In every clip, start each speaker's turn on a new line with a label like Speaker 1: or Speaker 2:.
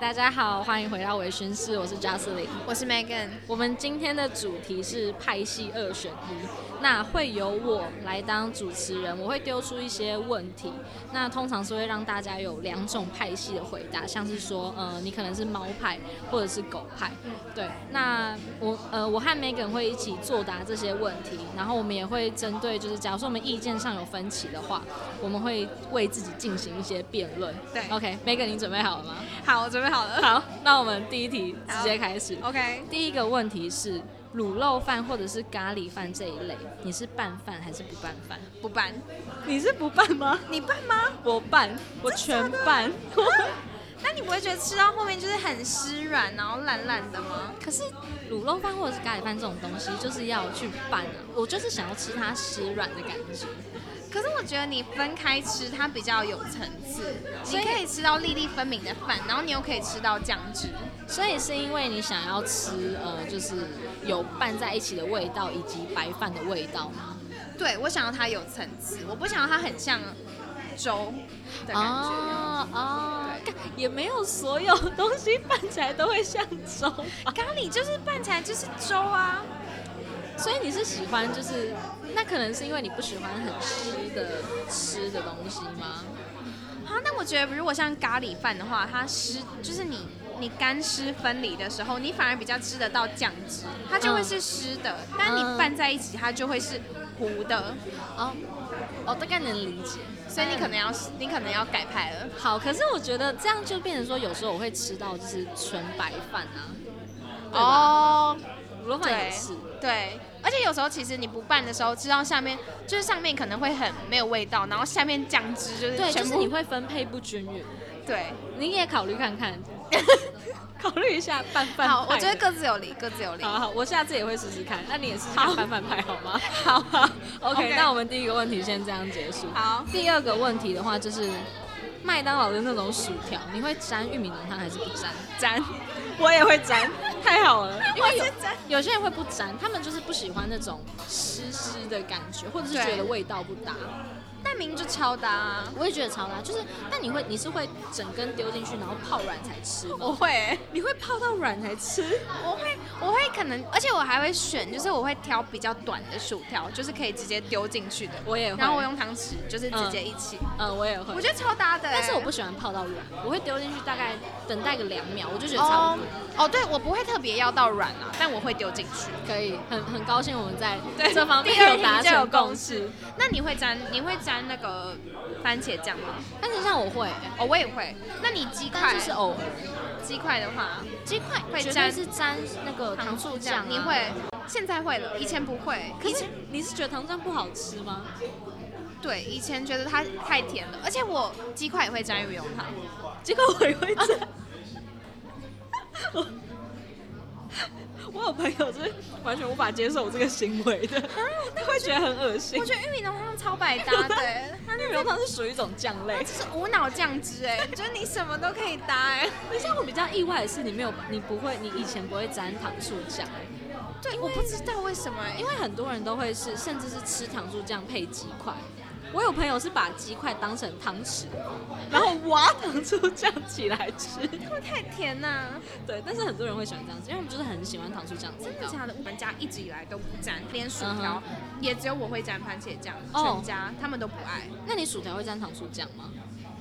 Speaker 1: 大家好，欢迎回到微醺室，我是 j 斯 c
Speaker 2: 我是 Megan。
Speaker 1: 我们今天的主题是派系二选一，那会由我来当主持人，我会丢出一些问题，那通常是会让大家有两种派系的回答，像是说，呃，你可能是猫派或者是狗派，对。那我呃，我和 Megan 会一起作答这些问题，然后我们也会针对，就是假如说我们意见上有分歧的话，我们会为自己进行一些辩论。
Speaker 2: 对
Speaker 1: ，OK，Megan，、你准备好了吗？
Speaker 2: 好，我准备好了。
Speaker 1: 好，那我们第一题直接开始。
Speaker 2: OK，
Speaker 1: 第一个问题是卤肉饭或者是咖喱饭这一类，你是拌饭还是不拌饭？
Speaker 2: 不办，
Speaker 1: 你是不拌吗？
Speaker 2: 你办吗？
Speaker 1: 我拌，我全拌。
Speaker 2: 那你不会觉得吃到后面就是很湿软，然后烂烂的吗？
Speaker 1: 可是卤肉饭或者是咖喱饭这种东西，就是要去拌啊。我就是想要吃它湿软的感觉。
Speaker 2: 可是我觉得你分开吃，它比较有层次。
Speaker 1: 所
Speaker 2: 你
Speaker 1: 以
Speaker 2: 可以吃到粒粒分明的饭，然后你又可以吃到酱汁。
Speaker 1: 所以是因为你想要吃呃，就是有拌在一起的味道，以及白饭的味道吗？
Speaker 2: 对，我想要它有层次，我不想要它很像粥的感觉。
Speaker 1: 哦哦，干也没有所有东西拌起来都会像粥吧。
Speaker 2: 咖喱就是拌起来就是粥啊，
Speaker 1: 所以你是喜欢就是，那可能是因为你不喜欢很湿的吃的东西吗？
Speaker 2: 啊，那我觉得如果像咖喱饭的话，它湿就是你你干湿分离的时候，你反而比较吃得到酱汁，它就会是湿的，但你拌在一起，它就会是糊的，
Speaker 1: 哦，哦，大概能理解。
Speaker 2: 所以你可能要你可能要改派了。
Speaker 1: 好，可是我觉得这样就变成说，有时候我会吃到就是纯白饭啊，对吧？
Speaker 2: 哦，
Speaker 1: 卤肉饭也是，
Speaker 2: 对，而且有时候其实你不拌的时候，吃到下面就是上面可能会很没有味道，然后下面酱汁就是
Speaker 1: 对，就
Speaker 2: 全
Speaker 1: 是
Speaker 2: 部
Speaker 1: 你会分配不均匀，
Speaker 2: 对。
Speaker 1: 你也考虑看看， 考虑一下拌饭。
Speaker 2: 好，我觉得各自有理，各自有理。
Speaker 1: 好好，我下次也会试试看。那你也试试看翻翻牌好吗？ 好好，OK。
Speaker 2: OK
Speaker 1: 那我们第一个问题先这样结束。
Speaker 2: 好
Speaker 1: 第二个问题的话就是，麦当劳的那种薯条，你会沾玉米浓汤还是不沾？
Speaker 2: 沾，
Speaker 1: 我也会沾，太好了。因为有
Speaker 2: 我是沾
Speaker 1: 有些人会不沾，他们就是不喜欢那种湿湿的感觉，或者是
Speaker 2: 对
Speaker 1: 觉得味道不搭。
Speaker 2: 但明明就超搭、啊。
Speaker 1: 我也觉得超搭，就是但你会你是会整根丢进去，然后泡软才吃吗？
Speaker 2: 我会、
Speaker 1: 哦你会泡到软才吃？
Speaker 2: 我会，我会可能，而且我还会选，就是我会挑比较短的薯条，就是可以直接丢进去的。
Speaker 1: 我也会
Speaker 2: 然后我用汤匙，就是直接一起。
Speaker 1: 嗯，我也会。
Speaker 2: 我觉得超搭的欸、
Speaker 1: 但是我不喜欢泡到软，我会丢进去大概等待个两秒，我就觉得差
Speaker 2: 哦
Speaker 1: 不多。
Speaker 2: 哦，对，我不会特别要到软啊，但我会丢进去。
Speaker 1: 可以，很很高兴我们在
Speaker 2: 对
Speaker 1: 这方面
Speaker 2: 第二
Speaker 1: 有达
Speaker 2: 题就有
Speaker 1: 成共
Speaker 2: 共
Speaker 1: 识。
Speaker 2: 那你会沾，你会沾那个番茄酱吗？
Speaker 1: 但是像我会，
Speaker 2: 哦，我也会。那你鸡
Speaker 1: 但
Speaker 2: 块
Speaker 1: 就是偶尔
Speaker 2: 鸡块的话，
Speaker 1: 鸡块
Speaker 2: 会
Speaker 1: 绝对
Speaker 2: 沾
Speaker 1: 是沾那个糖醋酱、啊，
Speaker 2: 你会？现在会了，以前不会。
Speaker 1: 可
Speaker 2: 以
Speaker 1: 是
Speaker 2: 前
Speaker 1: 你是觉得糖醋酱不好吃吗？
Speaker 2: 对，以前觉得它太甜了，而且我鸡块也会沾玉米浓汤。
Speaker 1: 结果我也会沾。我 我有朋友就是完全无法接受我这个行为的，他会觉得很恶心
Speaker 2: 我觉得玉米浓汤超百搭的 欸，它那
Speaker 1: 玉米
Speaker 2: 个
Speaker 1: 浓汤是属于一种酱类，
Speaker 2: 是无脑酱汁哎，就是你什么都可以搭哎。
Speaker 1: 而且我比较意外的是，你没有，你不会，你以前不会沾糖醋酱，
Speaker 2: 对，我不知道为什么哎，因
Speaker 1: 因
Speaker 2: 为
Speaker 1: 为很多人都会是，甚至是吃糖醋酱配鸡块。我有朋友是把鸡块当成汤匙，然后挖糖醋酱起来吃。
Speaker 2: 它们太甜呐、
Speaker 1: 对，但是很多人会喜欢这样子，因为我们就是很喜欢糖醋酱的味
Speaker 2: 真的
Speaker 1: 道。
Speaker 2: 假的？我们家一直以来都不沾，连薯
Speaker 1: 嗯
Speaker 2: 条、也只有我会沾番茄酱，
Speaker 1: 哦
Speaker 2: 全家他们都不爱，
Speaker 1: 那你薯条会沾糖醋酱吗？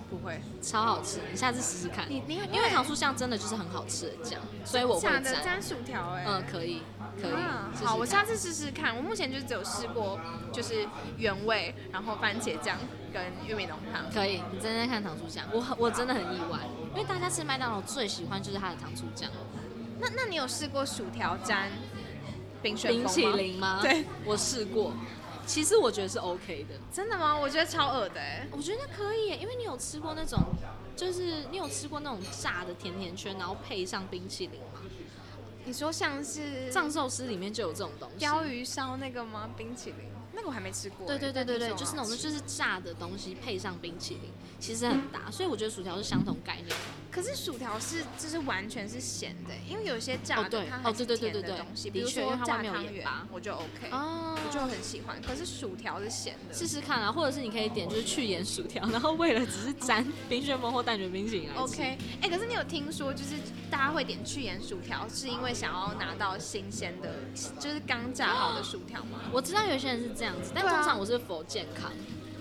Speaker 2: 不会。
Speaker 1: 超好吃，你下次试试看。
Speaker 2: 你你
Speaker 1: 因为糖醋酱真的就是很好吃的酱，所以我会
Speaker 2: 假
Speaker 1: 沾。
Speaker 2: 的沾薯条哎、
Speaker 1: 嗯，可以，可以。
Speaker 2: 啊
Speaker 1: 试试
Speaker 2: 好，我
Speaker 1: 看
Speaker 2: 下次试试看。我目前就只有试过，就是原味，然后番茄酱跟玉米浓汤。
Speaker 1: 可以，你真正看糖醋酱，我很我真的很意外，因为大家吃麦当劳最喜欢就是它的糖醋酱，
Speaker 2: 那那你有试过薯条沾冰旋风
Speaker 1: 冰
Speaker 2: 吗
Speaker 1: 淇淋吗？
Speaker 2: 对，
Speaker 1: 我试过，其实我觉得是 OK 的，
Speaker 2: 真的吗？我觉得超恶的哎、
Speaker 1: 我觉得可以耶，因为你有吃过那种，就是你有吃过那种炸的甜甜圈，然后配上冰淇淋吗？
Speaker 2: 你说像是
Speaker 1: 藏寿司里面就有这种东西，
Speaker 2: 鲷鱼烧那个吗？冰淇淋？那个我还没吃过欸。
Speaker 1: 对对对
Speaker 2: 但
Speaker 1: 对对，
Speaker 2: 听说
Speaker 1: 就是
Speaker 2: 很
Speaker 1: 那
Speaker 2: 好
Speaker 1: 种啊
Speaker 2: 吃
Speaker 1: 就是炸的东西配上冰淇淋，其实很搭，所以我觉得薯条是相同概念的。
Speaker 2: 可是薯条是就是完全是咸的，因为有些炸
Speaker 1: 哦
Speaker 2: 的、
Speaker 1: 对
Speaker 2: 它
Speaker 1: 哦
Speaker 2: 还
Speaker 1: 对
Speaker 2: 是
Speaker 1: 对
Speaker 2: 甜
Speaker 1: 对对
Speaker 2: 的
Speaker 1: 对
Speaker 2: 东西，
Speaker 1: 的
Speaker 2: 比如
Speaker 1: 确
Speaker 2: 说
Speaker 1: 因为它外
Speaker 2: 炸
Speaker 1: 面有
Speaker 2: 汤
Speaker 1: 盐
Speaker 2: 圆
Speaker 1: 巴，
Speaker 2: 我就 OK，、
Speaker 1: 哦
Speaker 2: 我就很喜欢。可是薯条是咸的，
Speaker 1: 试试看啊，或者是你可以点就是去盐薯条， 然后为了只是沾冰旋风或蛋卷冰淇淋来吃
Speaker 2: OK，哎、可是你有听说，就是大家会点去盐薯条，是因为想要拿到新鲜的，就是刚炸好的薯条吗？
Speaker 1: 我知道有些人是这样子，但
Speaker 2: 对啊
Speaker 1: 通常我是否健康，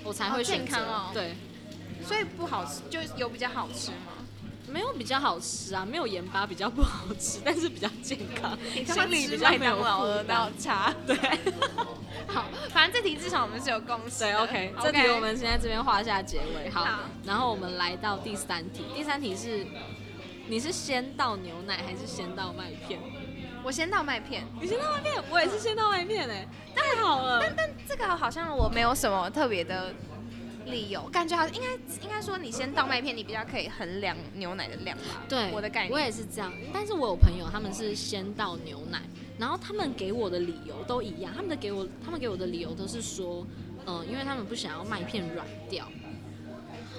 Speaker 1: 我才会
Speaker 2: 哦健
Speaker 1: 选择。
Speaker 2: 康哦
Speaker 1: 对，
Speaker 2: 所以不好吃，就有比较好吃吗？
Speaker 1: 没有比较好吃啊，没有盐巴比较不好吃，但是比较健康，
Speaker 2: 你他妈
Speaker 1: 心里
Speaker 2: 吃
Speaker 1: 比较
Speaker 2: 麦
Speaker 1: 没有
Speaker 2: 当劳
Speaker 1: 负
Speaker 2: 饿到
Speaker 1: 担。
Speaker 2: 差。
Speaker 1: 对
Speaker 2: 好，反正这题至少我们是有共识的。
Speaker 1: 对，OK，这
Speaker 2: OK
Speaker 1: 题我们先在这边画下结尾。好
Speaker 2: 好，
Speaker 1: 然后我们来到第三题，第三题是你是先倒牛奶还是先倒麦片？
Speaker 2: 我先倒麦片，
Speaker 1: 你先倒麦片，我也是先倒麦片哎、太好了。
Speaker 2: 但但这个好像我没有什么特别的理由，感觉好像应该应该说你先倒麦片，你比较可以衡量牛奶的量吧。
Speaker 1: 对，
Speaker 2: 我的概
Speaker 1: 我
Speaker 2: 念。
Speaker 1: 也是这样。但是我有朋友，他们是先倒牛奶，然后他们给我的理由都一样，他们的给我，他们给我的理由都是说，呃，因为他们不想要麦片软掉。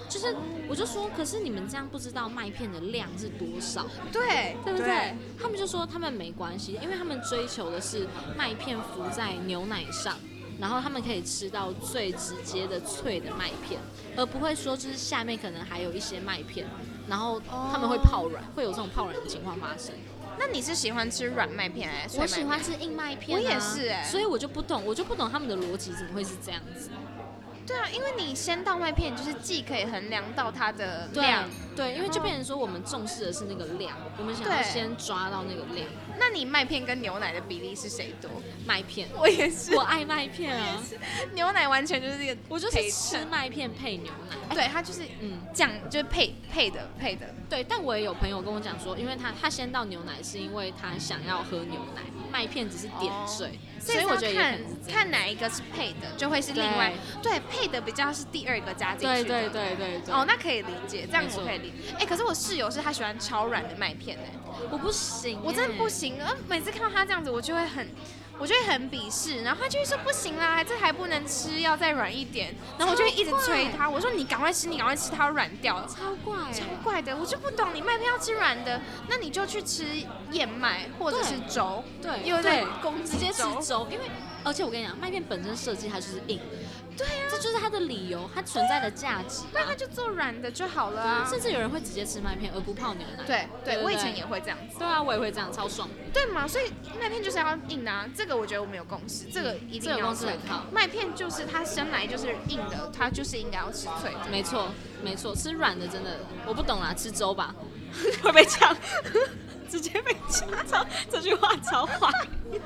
Speaker 1: 就是，我就说，可是你们这样不知道麦片的量是多少，
Speaker 2: 对
Speaker 1: 对不对？他们就说他们没关系，因为他们追求的是麦片浮在牛奶上，然后他们可以吃到最直接的脆的麦片，而不会说就是下面可能还有一些麦片，然后他们会泡软，会有这种泡软的情况发生。
Speaker 2: 那你是喜欢吃软麦片还是脆
Speaker 1: 我
Speaker 2: 麦片
Speaker 1: 喜欢吃硬麦片、啊
Speaker 2: 我也是欸
Speaker 1: 所以我就不懂，我就不懂他们的逻辑怎么会是这样子。
Speaker 2: 对啊，因为你先倒麦片，就是既可以衡量到它的
Speaker 1: 对啊嗯
Speaker 2: 量，
Speaker 1: 对，因为就
Speaker 2: 哦
Speaker 1: 变成说我们重视的是那个量，我们想要
Speaker 2: 对
Speaker 1: 先抓到那个量，
Speaker 2: 那你麦片跟牛奶的比例是谁多？
Speaker 1: 麦 片。
Speaker 2: 我也是
Speaker 1: 我，爱麦片啊，
Speaker 2: 牛奶完全就是一个配，哎
Speaker 1: 我就是吃麦片配牛奶。
Speaker 2: 对，它就是
Speaker 1: 嗯，
Speaker 2: 酱，就是配配的配的，
Speaker 1: 对，但我也有朋友跟我讲说，因为他他先倒牛奶是因为他想要喝牛奶，麦片只是点缀，所以我觉得也
Speaker 2: 哦是要
Speaker 1: 可
Speaker 2: 看
Speaker 1: 能是这样。
Speaker 2: 看哪一个是配的，就会是另外对配的比较是第二个加进
Speaker 1: 对
Speaker 2: 去的。
Speaker 1: 对对对对，
Speaker 2: 哦，那可以理解，这样
Speaker 1: 没错
Speaker 2: 我可以理解。哎、可是我室友是他喜欢超软的麦片哎、
Speaker 1: 我不行欸、
Speaker 2: 我真的不行，呃，每次看到他这样子，我就会很，我就会很鄙视，然后他就会说不行啦，这还不能吃，要再软一点，然后我就会一直催他，我说你赶快吃，你赶快吃，它要软掉，
Speaker 1: 超怪、
Speaker 2: 超
Speaker 1: 欸，
Speaker 2: 怪的，我就不懂你麦片要吃软的，那你就去吃燕麦或者是粥，
Speaker 1: 对，
Speaker 2: 又在
Speaker 1: 对
Speaker 2: 攻
Speaker 1: 直
Speaker 2: 击
Speaker 1: 接吃
Speaker 2: 粥
Speaker 1: 粥，因为而且我跟你讲，麦片本身设计它就是硬，对啊，这就是它的理由，它存在的价值啊
Speaker 2: 那他就做软的就好了啊。
Speaker 1: 甚至有人会直接吃麦片而不泡牛奶，
Speaker 2: 对
Speaker 1: 对
Speaker 2: 对，
Speaker 1: 对
Speaker 2: 我以前也会这样子，
Speaker 1: 对啊，我也会这样，超爽的，
Speaker 2: 对嘛？所以麦片就是要硬的啊，这个我觉得我们有共识，这个一
Speaker 1: 这
Speaker 2: 定
Speaker 1: 个
Speaker 2: 要
Speaker 1: 公司
Speaker 2: 脆
Speaker 1: 很。好。
Speaker 2: 麦片就是它生来就是硬的，它就是应该要吃脆的。
Speaker 1: 没错，没错，吃软的真的我不懂啦，吃粥吧， 会被呛， 直接被呛到，这句话超 坏。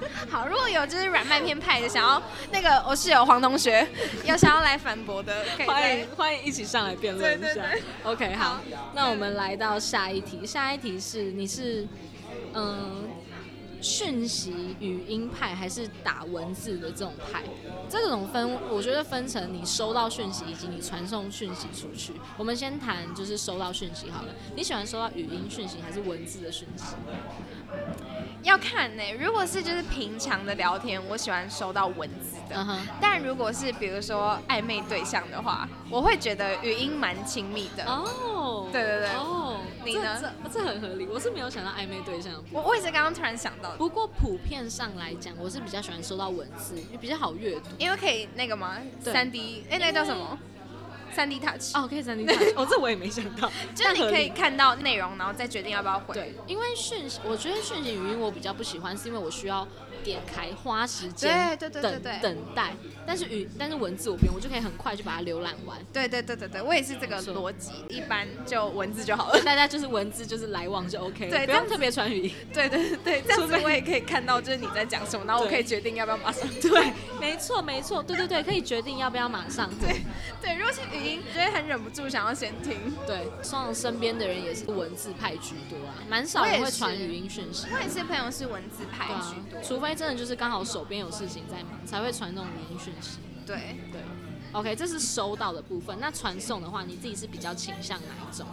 Speaker 2: 好，如果有就是软麦片派的，想要那个我室友黄同学有想要来反驳的，可以
Speaker 1: 欢
Speaker 2: 在
Speaker 1: 迎欢迎一起上来辩论一下。
Speaker 2: 对对对
Speaker 1: OK，好
Speaker 2: 好，
Speaker 1: 那我们来到下一题，下一题是你是嗯、讯息语音派还是打文字的这种派？这种分我觉得分成你收到讯息以及你传送讯息出去。我们先谈就是收到讯息好了，你喜欢收到语音讯息还是文字的讯息？
Speaker 2: 要看呢、如果是就是平常的聊天，我喜欢收到文字的
Speaker 1: 嗯。哼。
Speaker 2: 但如果是比如说暧昧对象的话，我会觉得语音蛮亲密的。
Speaker 1: 哦，
Speaker 2: 对对对
Speaker 1: 哦，
Speaker 2: 你
Speaker 1: 这
Speaker 2: 呢
Speaker 1: 这这很合理，我是没有想到暧昧对象。
Speaker 2: 我我也是刚刚突然想到的，
Speaker 1: 不过普遍上来讲，我是比较喜欢收到文字，比较好阅读。
Speaker 2: 因为可以那个嘛，
Speaker 1: 对
Speaker 2: 三 D，哎、那个叫什么？三 D touch，、
Speaker 1: 哦，可以三 D 看， 哦，这我也没想 到，
Speaker 2: 就是
Speaker 1: 但
Speaker 2: 你
Speaker 1: 合
Speaker 2: 可以
Speaker 1: 理。
Speaker 2: 看到内容，然后再决定要不要回。
Speaker 1: 对，因为讯息，我觉得讯息语音我比较不喜欢，是因为我需要点开花时间，
Speaker 2: 对对对对对
Speaker 1: 等等待。但是语，但是文字我不用，我就可以很快就把它浏览完。
Speaker 2: 对对对对对，我也是这个
Speaker 1: 没错
Speaker 2: 逻辑，一般就文字就好了。
Speaker 1: 大家就是文字就是来往就 OK，
Speaker 2: 对
Speaker 1: 不
Speaker 2: 这样
Speaker 1: 用
Speaker 2: 子
Speaker 1: 特别传语音。
Speaker 2: 对对对，这样
Speaker 1: 除
Speaker 2: 子
Speaker 1: 非
Speaker 2: 我也可以看到，就是你在讲什么，然后我
Speaker 1: 对
Speaker 2: 可以决定要不要马上。
Speaker 1: 对，没错没错，对对对，可以决定要不要马上。对
Speaker 2: 对，如果是语音，就会很忍不住想要先听。
Speaker 1: 对，通常身边的人也是文字派居多啊，蛮少人会传语音讯息。
Speaker 2: 我也是朋友是文字派
Speaker 1: 对啊
Speaker 2: 居多，，
Speaker 1: 除非真的就是刚好手边有事情在忙，才会传那种语音讯息。
Speaker 2: 对，
Speaker 1: 对，OK，这是收到的部分。那传送的话，你自己是比较倾向哪一种？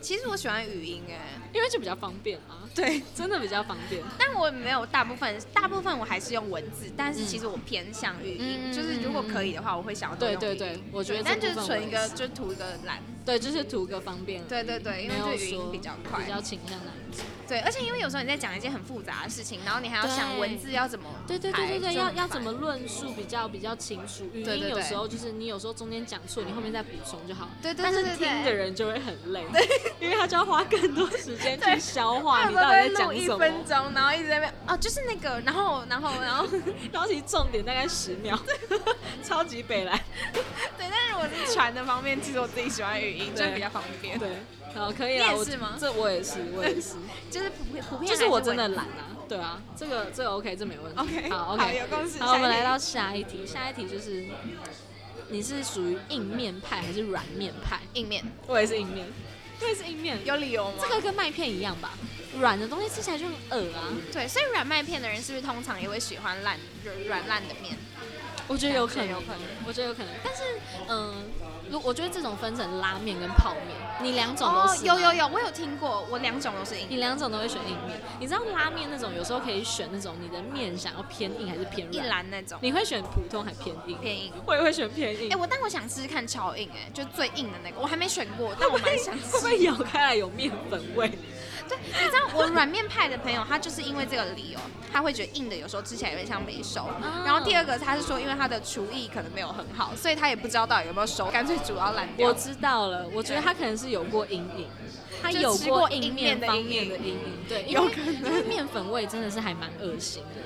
Speaker 2: 其实我喜欢语音哎，
Speaker 1: 因为就比较方便啊，
Speaker 2: 对，
Speaker 1: 真的比较方便。
Speaker 2: 但我没有大部分，大部分我还是用文字，但是其实我偏向语音，
Speaker 1: 嗯
Speaker 2: 就是如果可以的话，我会想要多
Speaker 1: 对
Speaker 2: 用
Speaker 1: 对
Speaker 2: 语音
Speaker 1: 对，我觉得
Speaker 2: 但
Speaker 1: 这
Speaker 2: 就
Speaker 1: 部分我
Speaker 2: 是存一个，
Speaker 1: 也是
Speaker 2: 就图一个懒。
Speaker 1: 对，就是图个方便而已。
Speaker 2: 对对对，因
Speaker 1: 没
Speaker 2: 为
Speaker 1: 有
Speaker 2: 就
Speaker 1: 说
Speaker 2: 语音比较快
Speaker 1: 比。较倾向哪一种？
Speaker 2: 对，而且因为有时候你在讲一件很复杂的事情，然后你还要想
Speaker 1: 对
Speaker 2: 文字要怎么
Speaker 1: 对对对对对，
Speaker 2: 排
Speaker 1: 要要怎么？论述比较比较清楚？语
Speaker 2: 对
Speaker 1: 音
Speaker 2: 对
Speaker 1: 有
Speaker 2: 对
Speaker 1: 时候就是你有时候中间讲错，你后面再补充就好。
Speaker 2: 对对
Speaker 1: 但是
Speaker 2: 对对对
Speaker 1: 听的人就会很累，因为他就要花更多时间去消化
Speaker 2: 就
Speaker 1: 你
Speaker 2: 很
Speaker 1: 到底
Speaker 2: 烦
Speaker 1: 在
Speaker 2: 有时
Speaker 1: 讲
Speaker 2: 候在录
Speaker 1: 什
Speaker 2: 一
Speaker 1: 么，
Speaker 2: 分钟，然后一直在那边哦，就是那个，然后然后然后， 对，
Speaker 1: 然后其实重点大概十秒， 超级北来。
Speaker 2: 但是我是传的方面，其实我自己喜欢语音，就
Speaker 1: 对
Speaker 2: 比较方便。
Speaker 1: 对，好可以
Speaker 2: 你
Speaker 1: 啊，
Speaker 2: 也
Speaker 1: 我
Speaker 2: 是吗
Speaker 1: 这我也是，我也 是，
Speaker 2: 就是普遍普遍，
Speaker 1: 就是我真的懒啊，对啊，这个这个 OK，这没问题。
Speaker 2: OK，
Speaker 1: 好
Speaker 2: 好
Speaker 1: OK，
Speaker 2: 有共识
Speaker 1: 好，我们
Speaker 2: 下一
Speaker 1: 来
Speaker 2: 题
Speaker 1: 到下一题，下一题就是你是属于硬面派还是软面派？
Speaker 2: 硬面，
Speaker 1: 我也是硬面，啊我也是硬面。
Speaker 2: 有理由吗？
Speaker 1: 这个跟麦片一样吧，软的东西吃起来就很恶啊。
Speaker 2: 对，所以软麦片的人是不是通常也会喜欢烂软软烂的面？
Speaker 1: 我觉得有可能，
Speaker 2: 有可能
Speaker 1: 我觉得有可能。但是，嗯、如我觉得这种分成拉面跟泡面，你两种都是、
Speaker 2: 哦有有。有，我有听过，我两种都是硬
Speaker 1: 你两种都会选硬面，你知道拉面那种有时候可以选那种你的面想要偏硬还是偏
Speaker 2: 一
Speaker 1: 软，
Speaker 2: 篮那种
Speaker 1: 你会选普通还偏硬？
Speaker 2: 偏硬。
Speaker 1: 我也会选偏硬
Speaker 2: 哎、，我但我想试试看超硬、哎，就最硬的那个，我还没选过， 但我
Speaker 1: 会不会
Speaker 2: 蛮想
Speaker 1: 会不
Speaker 2: 试。
Speaker 1: 会咬开来有面粉味？
Speaker 2: 对，你知道我软面派的朋友，他就是因为这个理由，他会觉得硬的有时候吃起来有点像没熟。
Speaker 1: 哦
Speaker 2: 然后第二个，他是说因为他的厨艺可能没有很好，所以他也不知道到底有没有熟，干脆煮到烂掉。
Speaker 1: 我知道了，我觉得他可能是有过阴影，他
Speaker 2: 就
Speaker 1: 有
Speaker 2: 吃过
Speaker 1: 硬
Speaker 2: 硬
Speaker 1: 面
Speaker 2: 面的
Speaker 1: 方
Speaker 2: 阴
Speaker 1: 面
Speaker 2: 影
Speaker 1: 的阴影，对，因
Speaker 2: 有
Speaker 1: 为
Speaker 2: 可能
Speaker 1: 因为面粉味真的是还蛮恶心的，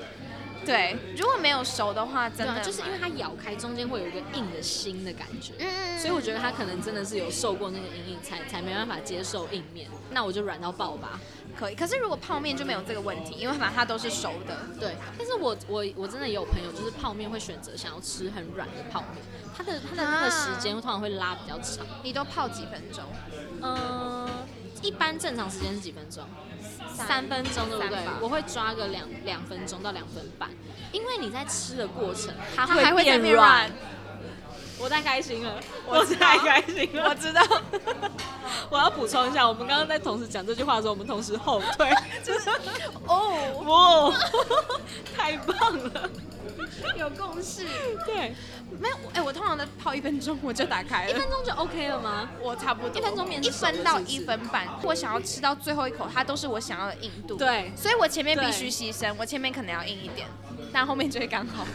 Speaker 2: 对，如果没有熟的话，真
Speaker 1: 对啊，
Speaker 2: 的
Speaker 1: 就是因为它咬开中间会有一个硬的心的感觉。
Speaker 2: 嗯，
Speaker 1: 所以我觉得他可能真的是有受过那个阴影，才才没办法接受硬面。那我就软到爆吧。
Speaker 2: 可以。可是如果泡面就没有这个问题，因为反正它都是熟的。
Speaker 1: 对，但是我我我真的有朋友，就是泡面会选择想要吃很软的泡面，他的他的那个
Speaker 2: 啊
Speaker 1: 时间通常会拉比较长。
Speaker 2: 你都泡几分钟？
Speaker 1: 嗯，一般正常时间是几分钟？三分钟对不对
Speaker 2: 三吧？
Speaker 1: 我会抓个两两分钟到两分半，因为你在吃的过程，它
Speaker 2: 它还会再
Speaker 1: 变
Speaker 2: 变软。
Speaker 1: 我太开心了，
Speaker 2: 我
Speaker 1: 我
Speaker 2: 知道
Speaker 1: 太开心了，
Speaker 2: 我知道，
Speaker 1: 我要补充一下，我们刚刚在同时讲这句话的时候，我们同时后 退，
Speaker 2: 就是哦，
Speaker 1: 哇，太棒了！
Speaker 2: 有共识。
Speaker 1: 对，
Speaker 2: 没有，哎、我通常都泡一分钟我就打开
Speaker 1: 一
Speaker 2: 了
Speaker 1: 分。钟就 OK 了吗？
Speaker 2: 我差不多
Speaker 1: 一分钟面
Speaker 2: 一
Speaker 1: 是熟的
Speaker 2: 分到
Speaker 1: 是不是
Speaker 2: 一分半，我想要吃到最后一口，它都是我想要的硬度。，
Speaker 1: 对，
Speaker 2: 所以我前面
Speaker 1: 对
Speaker 2: 必须牺牲，我前面可能要硬一点，但后面就会刚 好。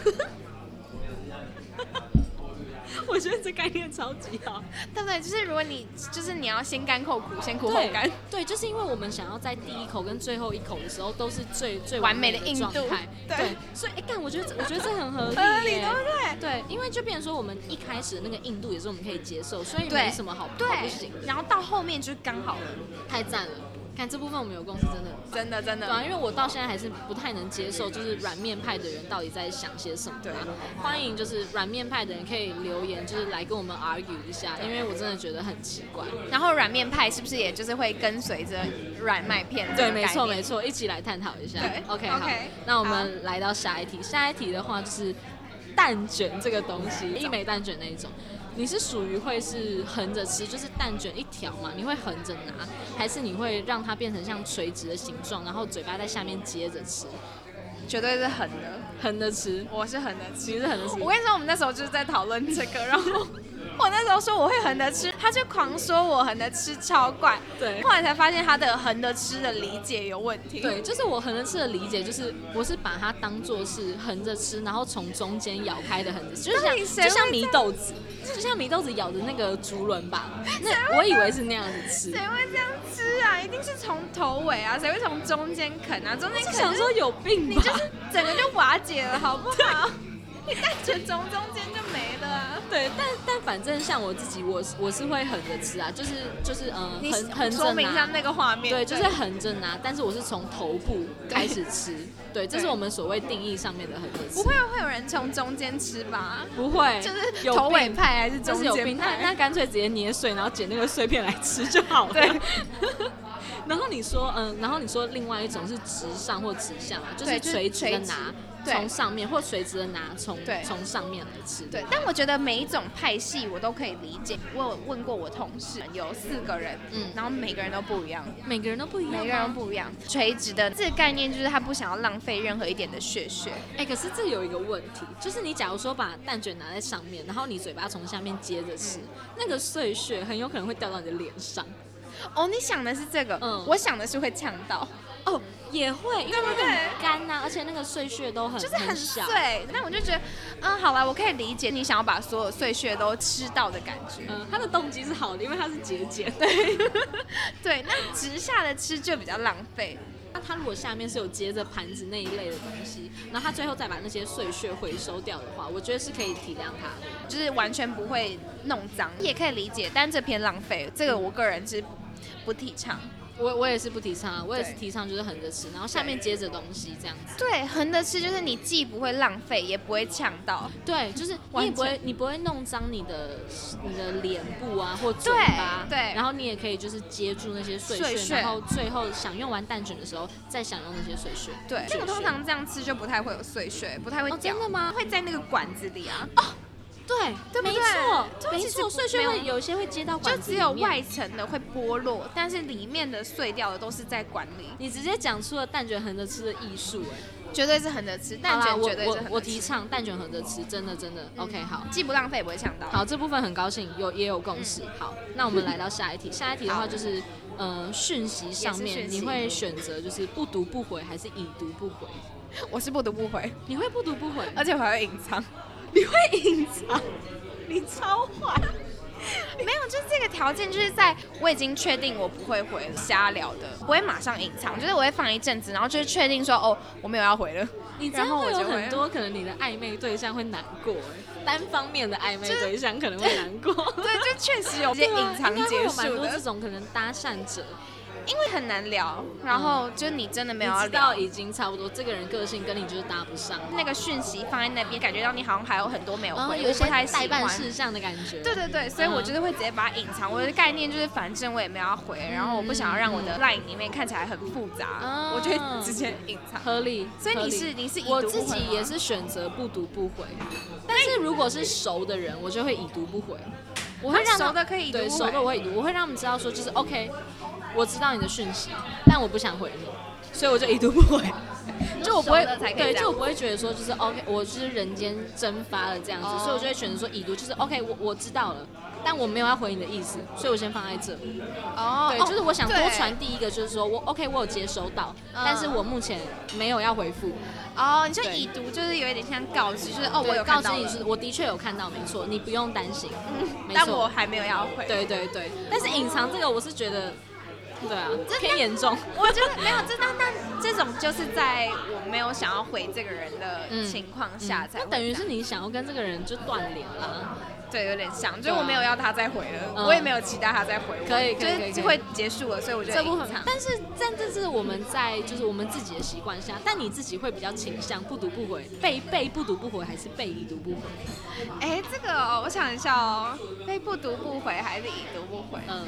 Speaker 1: 我觉得这概念超级好。
Speaker 2: 对不对？就是如果你就是你要先甘后苦，先苦后甘。
Speaker 1: 对，就是因为我们想要在第一口跟最后一口的时候都是最最
Speaker 2: 完美的硬
Speaker 1: 状
Speaker 2: 度
Speaker 1: 态，
Speaker 2: 对
Speaker 1: 对，所以哎，干、我觉得这我觉得这很合理耶，
Speaker 2: 合理对不对
Speaker 1: 对，因为就变成说我们一开始的那个硬度也是我们可以接受，所以
Speaker 2: 对
Speaker 1: 没什么好好不行
Speaker 2: 对，，然后到后面就刚好了，
Speaker 1: 太赞了。看这部分我们有共识，真的很
Speaker 2: 真的真
Speaker 1: 对啊，因为我到现在还是不太能接受，就是软面派的人到底在想些什么、
Speaker 2: 对
Speaker 1: 啊。欢迎就是软面派的人可以留言，就是来跟我们 argue 一下，因为我真的觉得很奇怪。
Speaker 2: 然后软面派是不是也就是会跟随着软麦片？
Speaker 1: 对，没错没。错，一起来探讨一下
Speaker 2: 对。
Speaker 1: OK，好
Speaker 2: OK，
Speaker 1: 那我们来到下一题，下一题的话就是蛋卷这个东西，一枚蛋卷那一种。你是属于会是横着吃，就是蛋卷一条嘛，你会横着拿，还是你会让它变成像垂直的形状，然后嘴巴在下面接着吃，
Speaker 2: 绝对是狠的，
Speaker 1: 横着吃？
Speaker 2: 我是狠的吃。
Speaker 1: 你是横着吃？
Speaker 2: 我跟你说，我们那时候就是在讨论这个，然后 我那时候说我会横的吃，他就狂说我横的吃超怪。
Speaker 1: 对
Speaker 2: 后来才发现他的横的吃的理解有问题。
Speaker 1: 对，就是我横着吃的理解，就是我是把它当做是横着吃，然后从中间咬开的横着，吃，就
Speaker 2: 到底
Speaker 1: 像
Speaker 2: 谁
Speaker 1: 就
Speaker 2: 会
Speaker 1: 像米豆子，就像米豆子咬的那个竹轮吧，那我以为是那样子吃
Speaker 2: 谁，会这样吃啊？一定是从头尾啊，谁会从中间啃啊？中间
Speaker 1: 就
Speaker 2: 啃
Speaker 1: 想说有病
Speaker 2: 你
Speaker 1: 吧
Speaker 2: 就？是整个就瓦解了，好不好？ 你蛋卷从中间就没了啊。
Speaker 1: 对，但但反正像我自己，我是我是会横着吃啊，就是就是嗯，
Speaker 2: 你
Speaker 1: 横横
Speaker 2: 说
Speaker 1: 着
Speaker 2: 明一下
Speaker 1: 拿，
Speaker 2: 那个画面。
Speaker 1: 对，就是横着拿，但是我是从头部开始吃，对，这是
Speaker 2: 对
Speaker 1: 我们所谓定义上面的横着吃，
Speaker 2: 不会啊会有人从中间吃吧？
Speaker 1: 不会，
Speaker 2: 就是
Speaker 1: 有
Speaker 2: 头尾
Speaker 1: 病
Speaker 2: 派还是
Speaker 1: 就
Speaker 2: 中
Speaker 1: 是有病，
Speaker 2: 间
Speaker 1: 那
Speaker 2: 派？
Speaker 1: 那干脆直接捏碎，然后捡那个碎片来吃就好了。
Speaker 2: 对，
Speaker 1: 然后你说，嗯，然后你说另外一种是直上或直下嘛，就是
Speaker 2: 对就是
Speaker 1: 垂直的
Speaker 2: 垂直
Speaker 1: 拿
Speaker 2: 对
Speaker 1: 从上面，或垂直的拿从
Speaker 2: 对
Speaker 1: 从上面来吃。
Speaker 2: 对，但我觉得每一种派系我都可以理解。我有问过我同事，有四个人，
Speaker 1: 嗯
Speaker 2: 然后每个人都不一样，
Speaker 1: 每个人都不一样吗，啊
Speaker 2: 每个人不一样。垂直的这个概念就是他不想要浪费任何一点的血血，
Speaker 1: 哎、可是这有一个问题，就是你假如说把蛋卷拿在上面，然后你嘴巴从下面接着吃，
Speaker 2: 嗯
Speaker 1: 那个碎屑很有可能会掉到你的脸上。
Speaker 2: 哦，你想的是这个，
Speaker 1: 嗯
Speaker 2: 我想的是会呛到，
Speaker 1: 哦，也会，因为那
Speaker 2: 对不
Speaker 1: 个
Speaker 2: 对
Speaker 1: 很干呐、啊而且那个碎屑都很
Speaker 2: 就是很
Speaker 1: 小。
Speaker 2: 碎。那我就觉得，嗯，好啦，我可以理解你想要把所有碎屑都吃到的感觉。
Speaker 1: 嗯，他的动机是好的，因为他是节俭。
Speaker 2: 对，那直下的吃就比较浪费。
Speaker 1: 那他如果下面是有接着盘子那一类的东西，然后他最后再把那些碎屑回收掉的话，我觉得是可以体谅他的。
Speaker 2: 就是完全不会弄脏，也可以理解，但这偏浪费，这个我个人是不提倡。
Speaker 1: 我我也是不提倡啊，我也是
Speaker 2: 对
Speaker 1: 提倡就是横着吃，然后下面接着东西这样子。
Speaker 2: 对，横着吃就是你既不会浪费，也不会呛到。
Speaker 1: 对，就是你
Speaker 2: 完
Speaker 1: 也不会
Speaker 2: 全
Speaker 1: 你不会弄脏你的你的脸部啊或嘴
Speaker 2: 对
Speaker 1: 巴，
Speaker 2: 对
Speaker 1: 然后你也可以就是接住那些碎屑，
Speaker 2: 碎屑
Speaker 1: 然后最后享用完蛋卷的时候再享用那些碎屑。
Speaker 2: 对，
Speaker 1: 碎
Speaker 2: 这
Speaker 1: 屑
Speaker 2: 个通常这样吃就不太会有碎屑，不太会
Speaker 1: 哦，
Speaker 2: 掉，
Speaker 1: 真的吗？哦
Speaker 2: 会在那个管子里啊，
Speaker 1: 对，
Speaker 2: 对不
Speaker 1: 没
Speaker 2: 对
Speaker 1: 错，
Speaker 2: 就
Speaker 1: 没
Speaker 2: 其实
Speaker 1: 错，
Speaker 2: 不
Speaker 1: 碎屑
Speaker 2: 没有
Speaker 1: 会有一些啊会接到
Speaker 2: 就
Speaker 1: 管子
Speaker 2: 只
Speaker 1: 里
Speaker 2: 有
Speaker 1: 面
Speaker 2: 外层的会剥落，但是里面的碎掉的都是在管里，
Speaker 1: 你直接讲出了蛋卷横着吃的艺术、哎，
Speaker 2: 绝对是横着吃，
Speaker 1: 好
Speaker 2: 蛋
Speaker 1: 啦
Speaker 2: 卷
Speaker 1: 我
Speaker 2: 绝对是
Speaker 1: 我
Speaker 2: 横着
Speaker 1: 我
Speaker 2: 吃
Speaker 1: 提倡蛋卷横着吃，真的真的、
Speaker 2: 嗯
Speaker 1: OK 好。
Speaker 2: 既不浪费也不会呛到。
Speaker 1: 好，这部分很高兴，有也有共识。好，那我们来到下一题。下一题的话
Speaker 2: 嗯好
Speaker 1: 就是，呃，讯息上
Speaker 2: 也
Speaker 1: 面
Speaker 2: 是讯息
Speaker 1: 你会选择就是不读不回，还是已读不回？
Speaker 2: 我是不得不回，
Speaker 1: 你会不读不回？
Speaker 2: 而且我还会隐 藏。
Speaker 1: 你会隐藏？你超坏。
Speaker 2: 没有，就是这个条件，就是在我已经确定我不会回瞎聊的，不会马上隐藏，就是我会放一阵子，然后就是确定说哦，我没有要回 了，
Speaker 1: 你真
Speaker 2: 然
Speaker 1: 的
Speaker 2: 后
Speaker 1: 会
Speaker 2: 我
Speaker 1: 有
Speaker 2: 就会
Speaker 1: 很多可能你的暧昧对象会难过，哎单方面的暧昧
Speaker 2: 就是
Speaker 1: 对象可能会难过。
Speaker 2: 对，就确实有这些
Speaker 1: 对啊
Speaker 2: 隐藏
Speaker 1: 应该会
Speaker 2: 结
Speaker 1: 有蛮
Speaker 2: 束
Speaker 1: 多这
Speaker 2: 的，
Speaker 1: 种可能搭讪者，
Speaker 2: 因为很难聊，然后就是嗯你真的没
Speaker 1: 你
Speaker 2: 有要
Speaker 1: 知
Speaker 2: 聊
Speaker 1: 道。已经差不多，这个人个性跟你就是搭不上，
Speaker 2: 那个讯息放在那边，感觉到你好像还有很多哦没有
Speaker 1: 然后
Speaker 2: 回，
Speaker 1: 有一
Speaker 2: 我不
Speaker 1: 些
Speaker 2: 太喜
Speaker 1: 代办
Speaker 2: 欢。
Speaker 1: 事项的感觉。
Speaker 2: 对对对，所以我
Speaker 1: 嗯
Speaker 2: 就是会直接把它隐藏。我的概念就是，反正我也没有要回，然后我不想要让我的 line 里面看起来很复
Speaker 1: 嗯
Speaker 2: 杂，我就会直接隐藏。
Speaker 1: 合理。
Speaker 2: 所以
Speaker 1: 合
Speaker 2: 你
Speaker 1: 理
Speaker 2: 是你是已
Speaker 1: 我
Speaker 2: 读
Speaker 1: 自
Speaker 2: 不回
Speaker 1: 己
Speaker 2: 吗
Speaker 1: 也是选择不读不回，但是如果是熟的人，我就会已读不回。我会让他
Speaker 2: 熟啊的可以已读
Speaker 1: 对
Speaker 2: 不回
Speaker 1: 熟的我会已读，我会让他们知道说就是 OK，我知道你的讯息，但我不想回你，所以我就已读不 回。就我不会
Speaker 2: 熟的才可以
Speaker 1: 对，
Speaker 2: 这样
Speaker 1: 就我不会觉得说就是 OK，我就是人间蒸发了这样子，
Speaker 2: 哦
Speaker 1: 所以我就会选择说已读，就是 OK，我我知道了，但我没有要回你的意思，所以我先放在这。
Speaker 2: 哦
Speaker 1: 对，
Speaker 2: 哦
Speaker 1: 就是我想多
Speaker 2: 对
Speaker 1: 传递一个，就是说我 OK，我有接收到，
Speaker 2: 嗯
Speaker 1: 但是我目前没有要回复。
Speaker 2: 哦，你说
Speaker 1: 对
Speaker 2: 已读就是有一点像告知，就是哦，
Speaker 1: 对
Speaker 2: 我有
Speaker 1: 告
Speaker 2: 看
Speaker 1: 知
Speaker 2: 到
Speaker 1: 你
Speaker 2: 了
Speaker 1: 是，我的确有看到，没错，你不用担心。没
Speaker 2: 但
Speaker 1: 错
Speaker 2: 我还没有要回。，
Speaker 1: 对对对，但是隐藏这个我是觉得，对啊，
Speaker 2: 这
Speaker 1: 偏严重。
Speaker 2: 我觉得没有，这但但这种就是在我没有想要回这个人的
Speaker 1: 嗯
Speaker 2: 情况下才
Speaker 1: 那
Speaker 2: 会、
Speaker 1: 等于是你想要跟这个人就断联啦。
Speaker 2: 对有点像，
Speaker 1: 对
Speaker 2: 就是
Speaker 1: 啊
Speaker 2: 我没有要他再回了，
Speaker 1: 嗯
Speaker 2: 我也没有期待他再回我，
Speaker 1: 可以可以
Speaker 2: 就
Speaker 1: 可以可
Speaker 2: 是
Speaker 1: 以
Speaker 2: 会结束了，所以我觉得
Speaker 1: 啊这部分
Speaker 2: 隐藏，
Speaker 1: 但是但这是我们在就是我们自己的习惯下，但你自己会比较倾向不读不回，被被不读不回还是被已读不回？
Speaker 2: 哎，这个、哦、我想一下哦，被不读不回还是已读不回？
Speaker 1: 嗯，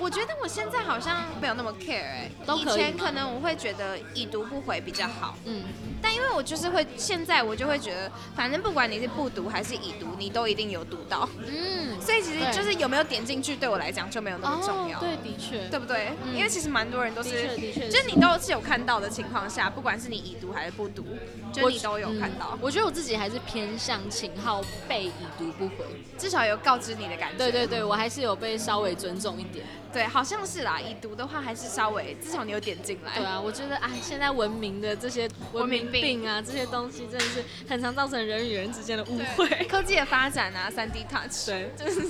Speaker 2: 我觉得我现在好像没有那么 care 哎、
Speaker 1: 都
Speaker 2: 以
Speaker 1: 可以
Speaker 2: 前
Speaker 1: 吗
Speaker 2: 可能我会觉得已读不回比较好。
Speaker 1: 嗯，
Speaker 2: 但因为我就是会，现在我就会觉得，反正不管你是不读还是已读，你都一定有读到，
Speaker 1: 嗯，
Speaker 2: 所以其实就是有没有点进去，对我来讲就没有那么重要，
Speaker 1: 哦、对，的确，
Speaker 2: 对不对？
Speaker 1: 嗯
Speaker 2: 因为其实蛮多人都
Speaker 1: 的确
Speaker 2: 是，
Speaker 1: 的确是
Speaker 2: 就是你都是有看到的情况下，不管是你已读还是不读，就是你都有看到
Speaker 1: 嗯，我觉得我自己还是偏向秦昊被已读不回。
Speaker 2: 至少有告知你的感觉。
Speaker 1: 对对对，我还是有被稍微尊重一点。
Speaker 2: 对，好像是啦，已读的话还是稍微，至少你有点进来。
Speaker 1: 对啊，我觉得哎，现在文明的这些文
Speaker 2: 文明
Speaker 1: 明病啊，这些东西真的是很常造成人与人之间的误
Speaker 2: 对
Speaker 1: 会。
Speaker 2: 科技的发展啊，三 D touch。
Speaker 1: 对，就是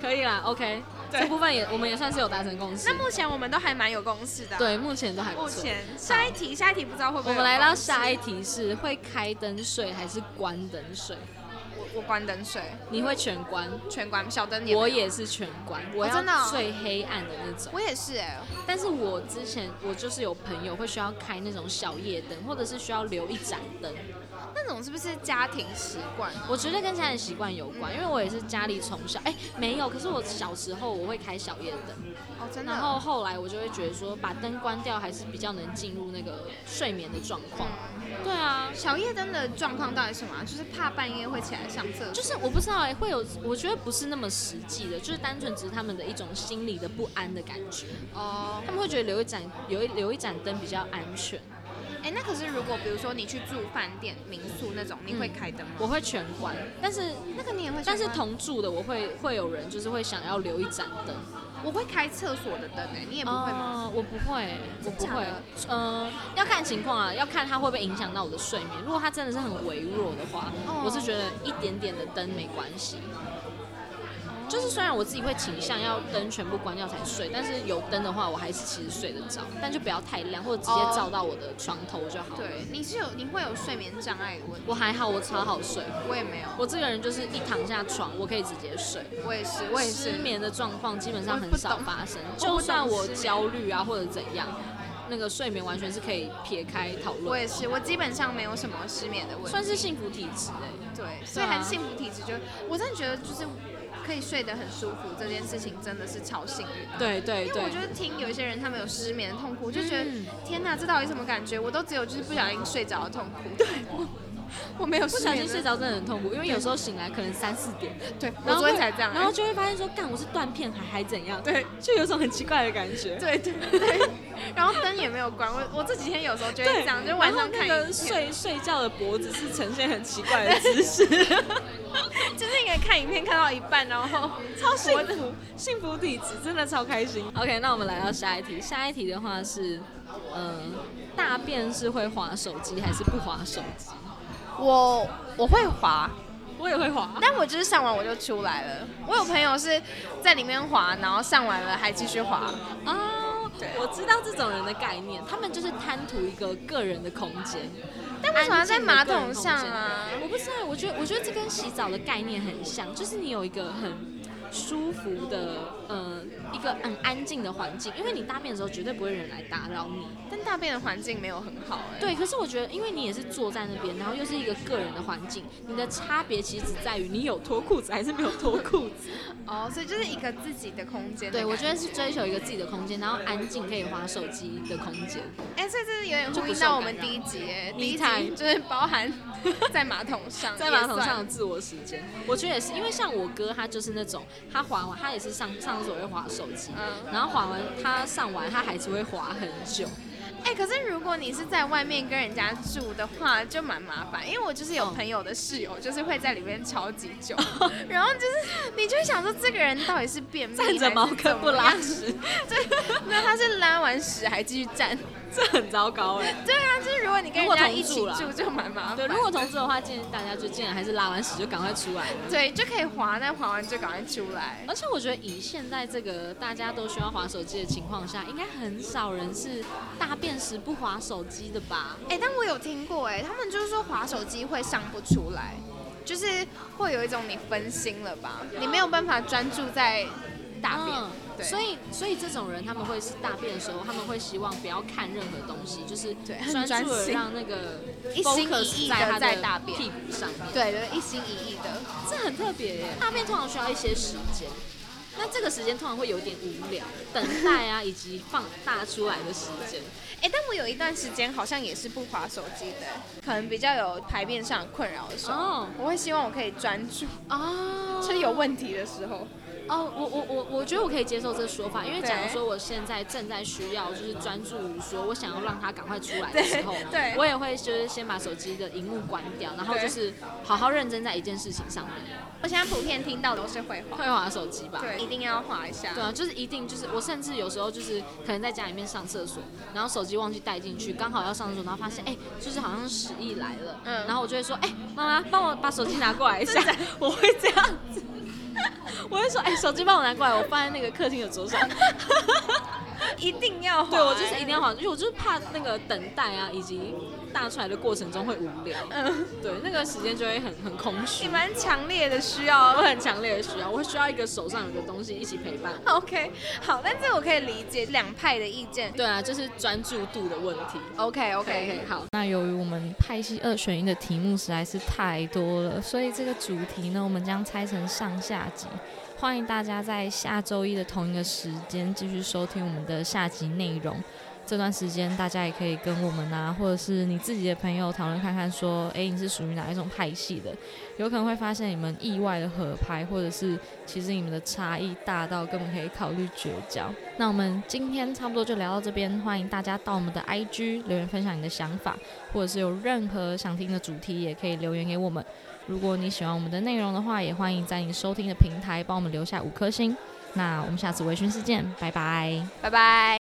Speaker 1: 可以啦，OK，
Speaker 2: 对
Speaker 1: 这部分也我们也算是有达成共识
Speaker 2: 那。目前我们都还蛮有共识的啊、
Speaker 1: 对，目前都还不
Speaker 2: 目
Speaker 1: 错。
Speaker 2: 前下一题，下一题不知道会不
Speaker 1: 我
Speaker 2: 会有
Speaker 1: 们来到
Speaker 2: 共识
Speaker 1: 下一题是会开灯睡还是关灯睡？
Speaker 2: 我我关灯睡，
Speaker 1: 你会全关，
Speaker 2: 全关小灯也没有
Speaker 1: 我也是全关，我要
Speaker 2: 真的哦
Speaker 1: 最黑暗的那种。
Speaker 2: 我也是哎、
Speaker 1: 但是我之前我就是有朋友会需要开那种小夜灯，或者是需要留一盏灯。
Speaker 2: 那种是不是家庭习惯？
Speaker 1: 我觉得跟家里习惯有关，因为我也是家里从小哎、没有，可是我小时候我会开小夜灯，
Speaker 2: 哦，真的。
Speaker 1: 然后后来我就会觉得说把灯关掉还是比较能进入那个睡眠的状况。
Speaker 2: 嗯
Speaker 1: 对啊，
Speaker 2: 小夜灯的状况到底是什么啊？就是怕半夜会起来上厕所，
Speaker 1: 就是我不知道哎、会有我觉得不是那么实际的，就是单纯只是他们的一种心理的不安的感觉，
Speaker 2: 哦，
Speaker 1: 他们会觉得留一盏有一留一盏灯比较安全。
Speaker 2: 哎、那可是如果比如说你去住饭店、民宿那种，你会开灯吗？
Speaker 1: 嗯我会全关，但是
Speaker 2: 那个你也会全
Speaker 1: 但
Speaker 2: 关，
Speaker 1: 是同住的我会会有人就是会想要留一盏灯，
Speaker 2: 我会开厕所的灯哎、你也不会吗？
Speaker 1: 呃我不会，我不
Speaker 2: 真
Speaker 1: 会
Speaker 2: 假的，
Speaker 1: 嗯，要看情况啊，要看它会不会影响到我的睡眠。如果它真的是很微弱的话，
Speaker 2: 哦
Speaker 1: 我是觉得一点点的灯没关系。就是虽然我自己会倾向要灯全部关掉才睡，但是有灯的话，我还是其实睡得着，但就不要太亮，或者直接
Speaker 2: 哦
Speaker 1: 照到我的床头就好。，
Speaker 2: 对，你是有你会有睡眠障碍的问题，
Speaker 1: 我还好，我超好睡。
Speaker 2: 我也没有，
Speaker 1: 我这个人就是一躺下床，我可以直接睡。
Speaker 2: 我也是，我也
Speaker 1: 失
Speaker 2: 是。
Speaker 1: 眠的状况基本上很少发生，
Speaker 2: 我不懂
Speaker 1: 就算我焦虑啊或者怎样，那个睡眠完全是可以撇开讨
Speaker 2: 我
Speaker 1: 论，
Speaker 2: 也是，我基本上没有什么失眠的问题，
Speaker 1: 算是幸福体质哎、
Speaker 2: 对，所以还是幸福体质就，我真的觉得就是可以睡得很舒服这件事情真的是超幸运的。
Speaker 1: 对对
Speaker 2: 因为我
Speaker 1: 对
Speaker 2: 就，是听有一些人他们有失眠的痛苦，我就觉得、
Speaker 1: 嗯
Speaker 2: 天哪，这到底什么感觉？我都只有就是不小心睡着的痛苦，对我我没有
Speaker 1: 不
Speaker 2: 失
Speaker 1: 小
Speaker 2: 眠的
Speaker 1: 心睡，着真的很痛苦，因为有时候醒来可能三四点，
Speaker 2: 对，我
Speaker 1: 然后
Speaker 2: 昨天
Speaker 1: 会
Speaker 2: 才这样、
Speaker 1: 然后就会发现说，干我是断片还还怎样，
Speaker 2: 对，
Speaker 1: 就有一种很奇怪的感觉。
Speaker 2: 对对对， 然后灯也没有关，我我这几天有时候就会
Speaker 1: 对，
Speaker 2: 这样，就晚上
Speaker 1: 然后
Speaker 2: 看
Speaker 1: 那个
Speaker 2: 影片，
Speaker 1: 睡睡觉的脖子是呈现很奇怪的姿势。
Speaker 2: 就是一个看影片看到一半，然后
Speaker 1: 超幸福，幸福体质真的超开心。OK，那我们来到下一题，下一题的话是，嗯、大便是会滑手机还是不滑手机？
Speaker 2: 我我会滑，
Speaker 1: 我也会滑，
Speaker 2: 但我就是上完我就出来了。我有朋友是在里面滑，然后上完了还继续滑。
Speaker 1: 哦
Speaker 2: 对，
Speaker 1: 我知道这种人的概念，他们就是贪图一个个人的空间。
Speaker 2: 但为什么要在马桶上
Speaker 1: 安静的个人
Speaker 2: 啊
Speaker 1: 空？间我不知道，我觉得我觉得这跟洗澡的概念很像，就是你有一个很舒服的，呃，一个很安静的环境，因为你大便的时候绝对不会有人来打扰你。
Speaker 2: 但大便的环境没有很好哎、
Speaker 1: 对，可是我觉得，因为你也是坐在那边，然后又是一个个人的环境，你的差别其实只在于你有脱裤子还是没有脱裤子。
Speaker 2: 哦，所以就是一个自己的空间的
Speaker 1: 对，
Speaker 2: 感。
Speaker 1: 我觉得是追求一个自己的空间，然后安静可以划手机的空间。
Speaker 2: 哎、所以这是有点
Speaker 1: 就
Speaker 2: 呼
Speaker 1: 不
Speaker 2: 应
Speaker 1: 受
Speaker 2: 到
Speaker 1: 感
Speaker 2: 我们
Speaker 1: 染
Speaker 2: 第一集哎，
Speaker 1: Me
Speaker 2: 第一
Speaker 1: time
Speaker 2: 集就是包含在马桶 上，
Speaker 1: 在马桶
Speaker 2: 也
Speaker 1: 上的
Speaker 2: 算。
Speaker 1: 自我时间，我觉得也是，因为像我哥他就是那种，他滑完他也是上上厕所会滑手机，
Speaker 2: 嗯
Speaker 1: 然后滑完他上完他还是会滑很久。
Speaker 2: 哎、可是如果你是在外面跟人家住的话，就蛮麻烦，因为我就是有
Speaker 1: 嗯
Speaker 2: 朋友的室友，就是会在里面超级 久，然后就是你就会想说，这个人到底是便秘
Speaker 1: 站着
Speaker 2: 还是
Speaker 1: 茅坑
Speaker 2: 怎
Speaker 1: 不
Speaker 2: 么
Speaker 1: 拉
Speaker 2: 样
Speaker 1: 屎，
Speaker 2: 对，没有，他是拉完屎还继续站。
Speaker 1: 这很糟糕哎、
Speaker 2: 对啊，就是如果你跟
Speaker 1: 如
Speaker 2: 人
Speaker 1: 果
Speaker 2: 家
Speaker 1: 同
Speaker 2: 一起
Speaker 1: 住啦
Speaker 2: 住就蛮麻烦。
Speaker 1: 对，如果同志的话，建议大家就竟然还是拉完屎就赶快出来了。
Speaker 2: 对就可以滑，但滑完就赶快出来。
Speaker 1: 而且我觉得以现在这个大家都需要划手机的情况下，应该很少人是大便时不划手机的吧？
Speaker 2: 哎、但我有听过哎、他们就是说滑手机会上不出来，就是会有一种你分心了吧，你没有办法专注在大便，对，
Speaker 1: 嗯所以所以这种人他们会是大便的时候，他们会希望不要看任何东西，就是
Speaker 2: 对
Speaker 1: 专注
Speaker 2: 很专
Speaker 1: 的
Speaker 2: 心
Speaker 1: 让那个
Speaker 2: 一心
Speaker 1: focus
Speaker 2: 一意
Speaker 1: 在
Speaker 2: 地
Speaker 1: 他
Speaker 2: 在
Speaker 1: 的
Speaker 2: 大便
Speaker 1: 屁股上面，
Speaker 2: 对对，一心一意的。
Speaker 1: 这很特别耶。大便通常需要一些时间。那这个时间通常会有点无聊，等待啊，以及放大出来的时 间。
Speaker 2: 哎、但我有一段时间好像也是不滑手机的，可能比较有排便上的困扰的时候，
Speaker 1: 哦
Speaker 2: 我会希望我可以专注，
Speaker 1: 哦
Speaker 2: 就是有问题的时候。
Speaker 1: 哦，我我我我觉得我可以接受这个说法，因为
Speaker 2: 对
Speaker 1: 假如说我现在正在需要就是专注于说我想要让它赶快出来的
Speaker 2: 对
Speaker 1: 时候，
Speaker 2: 对
Speaker 1: 我也会就是先把手机的荧幕关掉，然后
Speaker 2: 对
Speaker 1: 就是好好认真在一件事情上面，
Speaker 2: 我现在普遍听到都是会滑，
Speaker 1: 会划手机吧。
Speaker 2: 对，一定要滑一下。
Speaker 1: 对啊，就是一定就是我甚至有时候就是可能在家里面上厕所，然后手机忘记带进去，刚好要上厕所，然后发现哎、就是好像屎意来了，
Speaker 2: 嗯
Speaker 1: 然后我就会说哎，妈、妈帮我把手机拿过来一 下，我会这样子， 我会说哎、手机帮我拿过来，我放在那个客厅的桌 上。
Speaker 2: 一定要滑、
Speaker 1: 对我就是一定要好，因为我就是怕那个等待啊，以及
Speaker 3: 大出来的过程中会无 聊，
Speaker 2: 嗯，
Speaker 3: 对，那个时间就会很很空
Speaker 2: 你
Speaker 3: 虚。
Speaker 2: 蛮强烈的需
Speaker 3: 我
Speaker 2: 要。
Speaker 3: 很强烈的需要，我会需要一个手上有个东西一起陪伴我。
Speaker 2: OK，好，但这我可以理解两派的意见。
Speaker 3: 对啊，就是专注度的问题。
Speaker 2: OK
Speaker 3: 对
Speaker 2: OK，
Speaker 3: 好，
Speaker 1: 那由于我们派系二选一的题目实在是太多了，所以这个主题呢，我们将拆成上下集。欢迎大家在下周一的同一个时间继续收听我们的下集内容。这段时间大家也可以跟我们啊，或者是你自己的朋友讨论看看，说，诶，你是属于哪一种派系的？有可能会发现你们意外的合拍，或者是其实你们的差异大到根本可以考虑绝交。那我们今天差不多就聊到这边，欢迎大家到我们的 IG 留言分享你的想法，或者是有任何想听的主题，也可以留言给我们。如果你喜欢我们的内容的话，也欢迎在你收听的平台帮我们留下五颗星。那我们下次微醺事件，拜拜。
Speaker 2: 拜拜。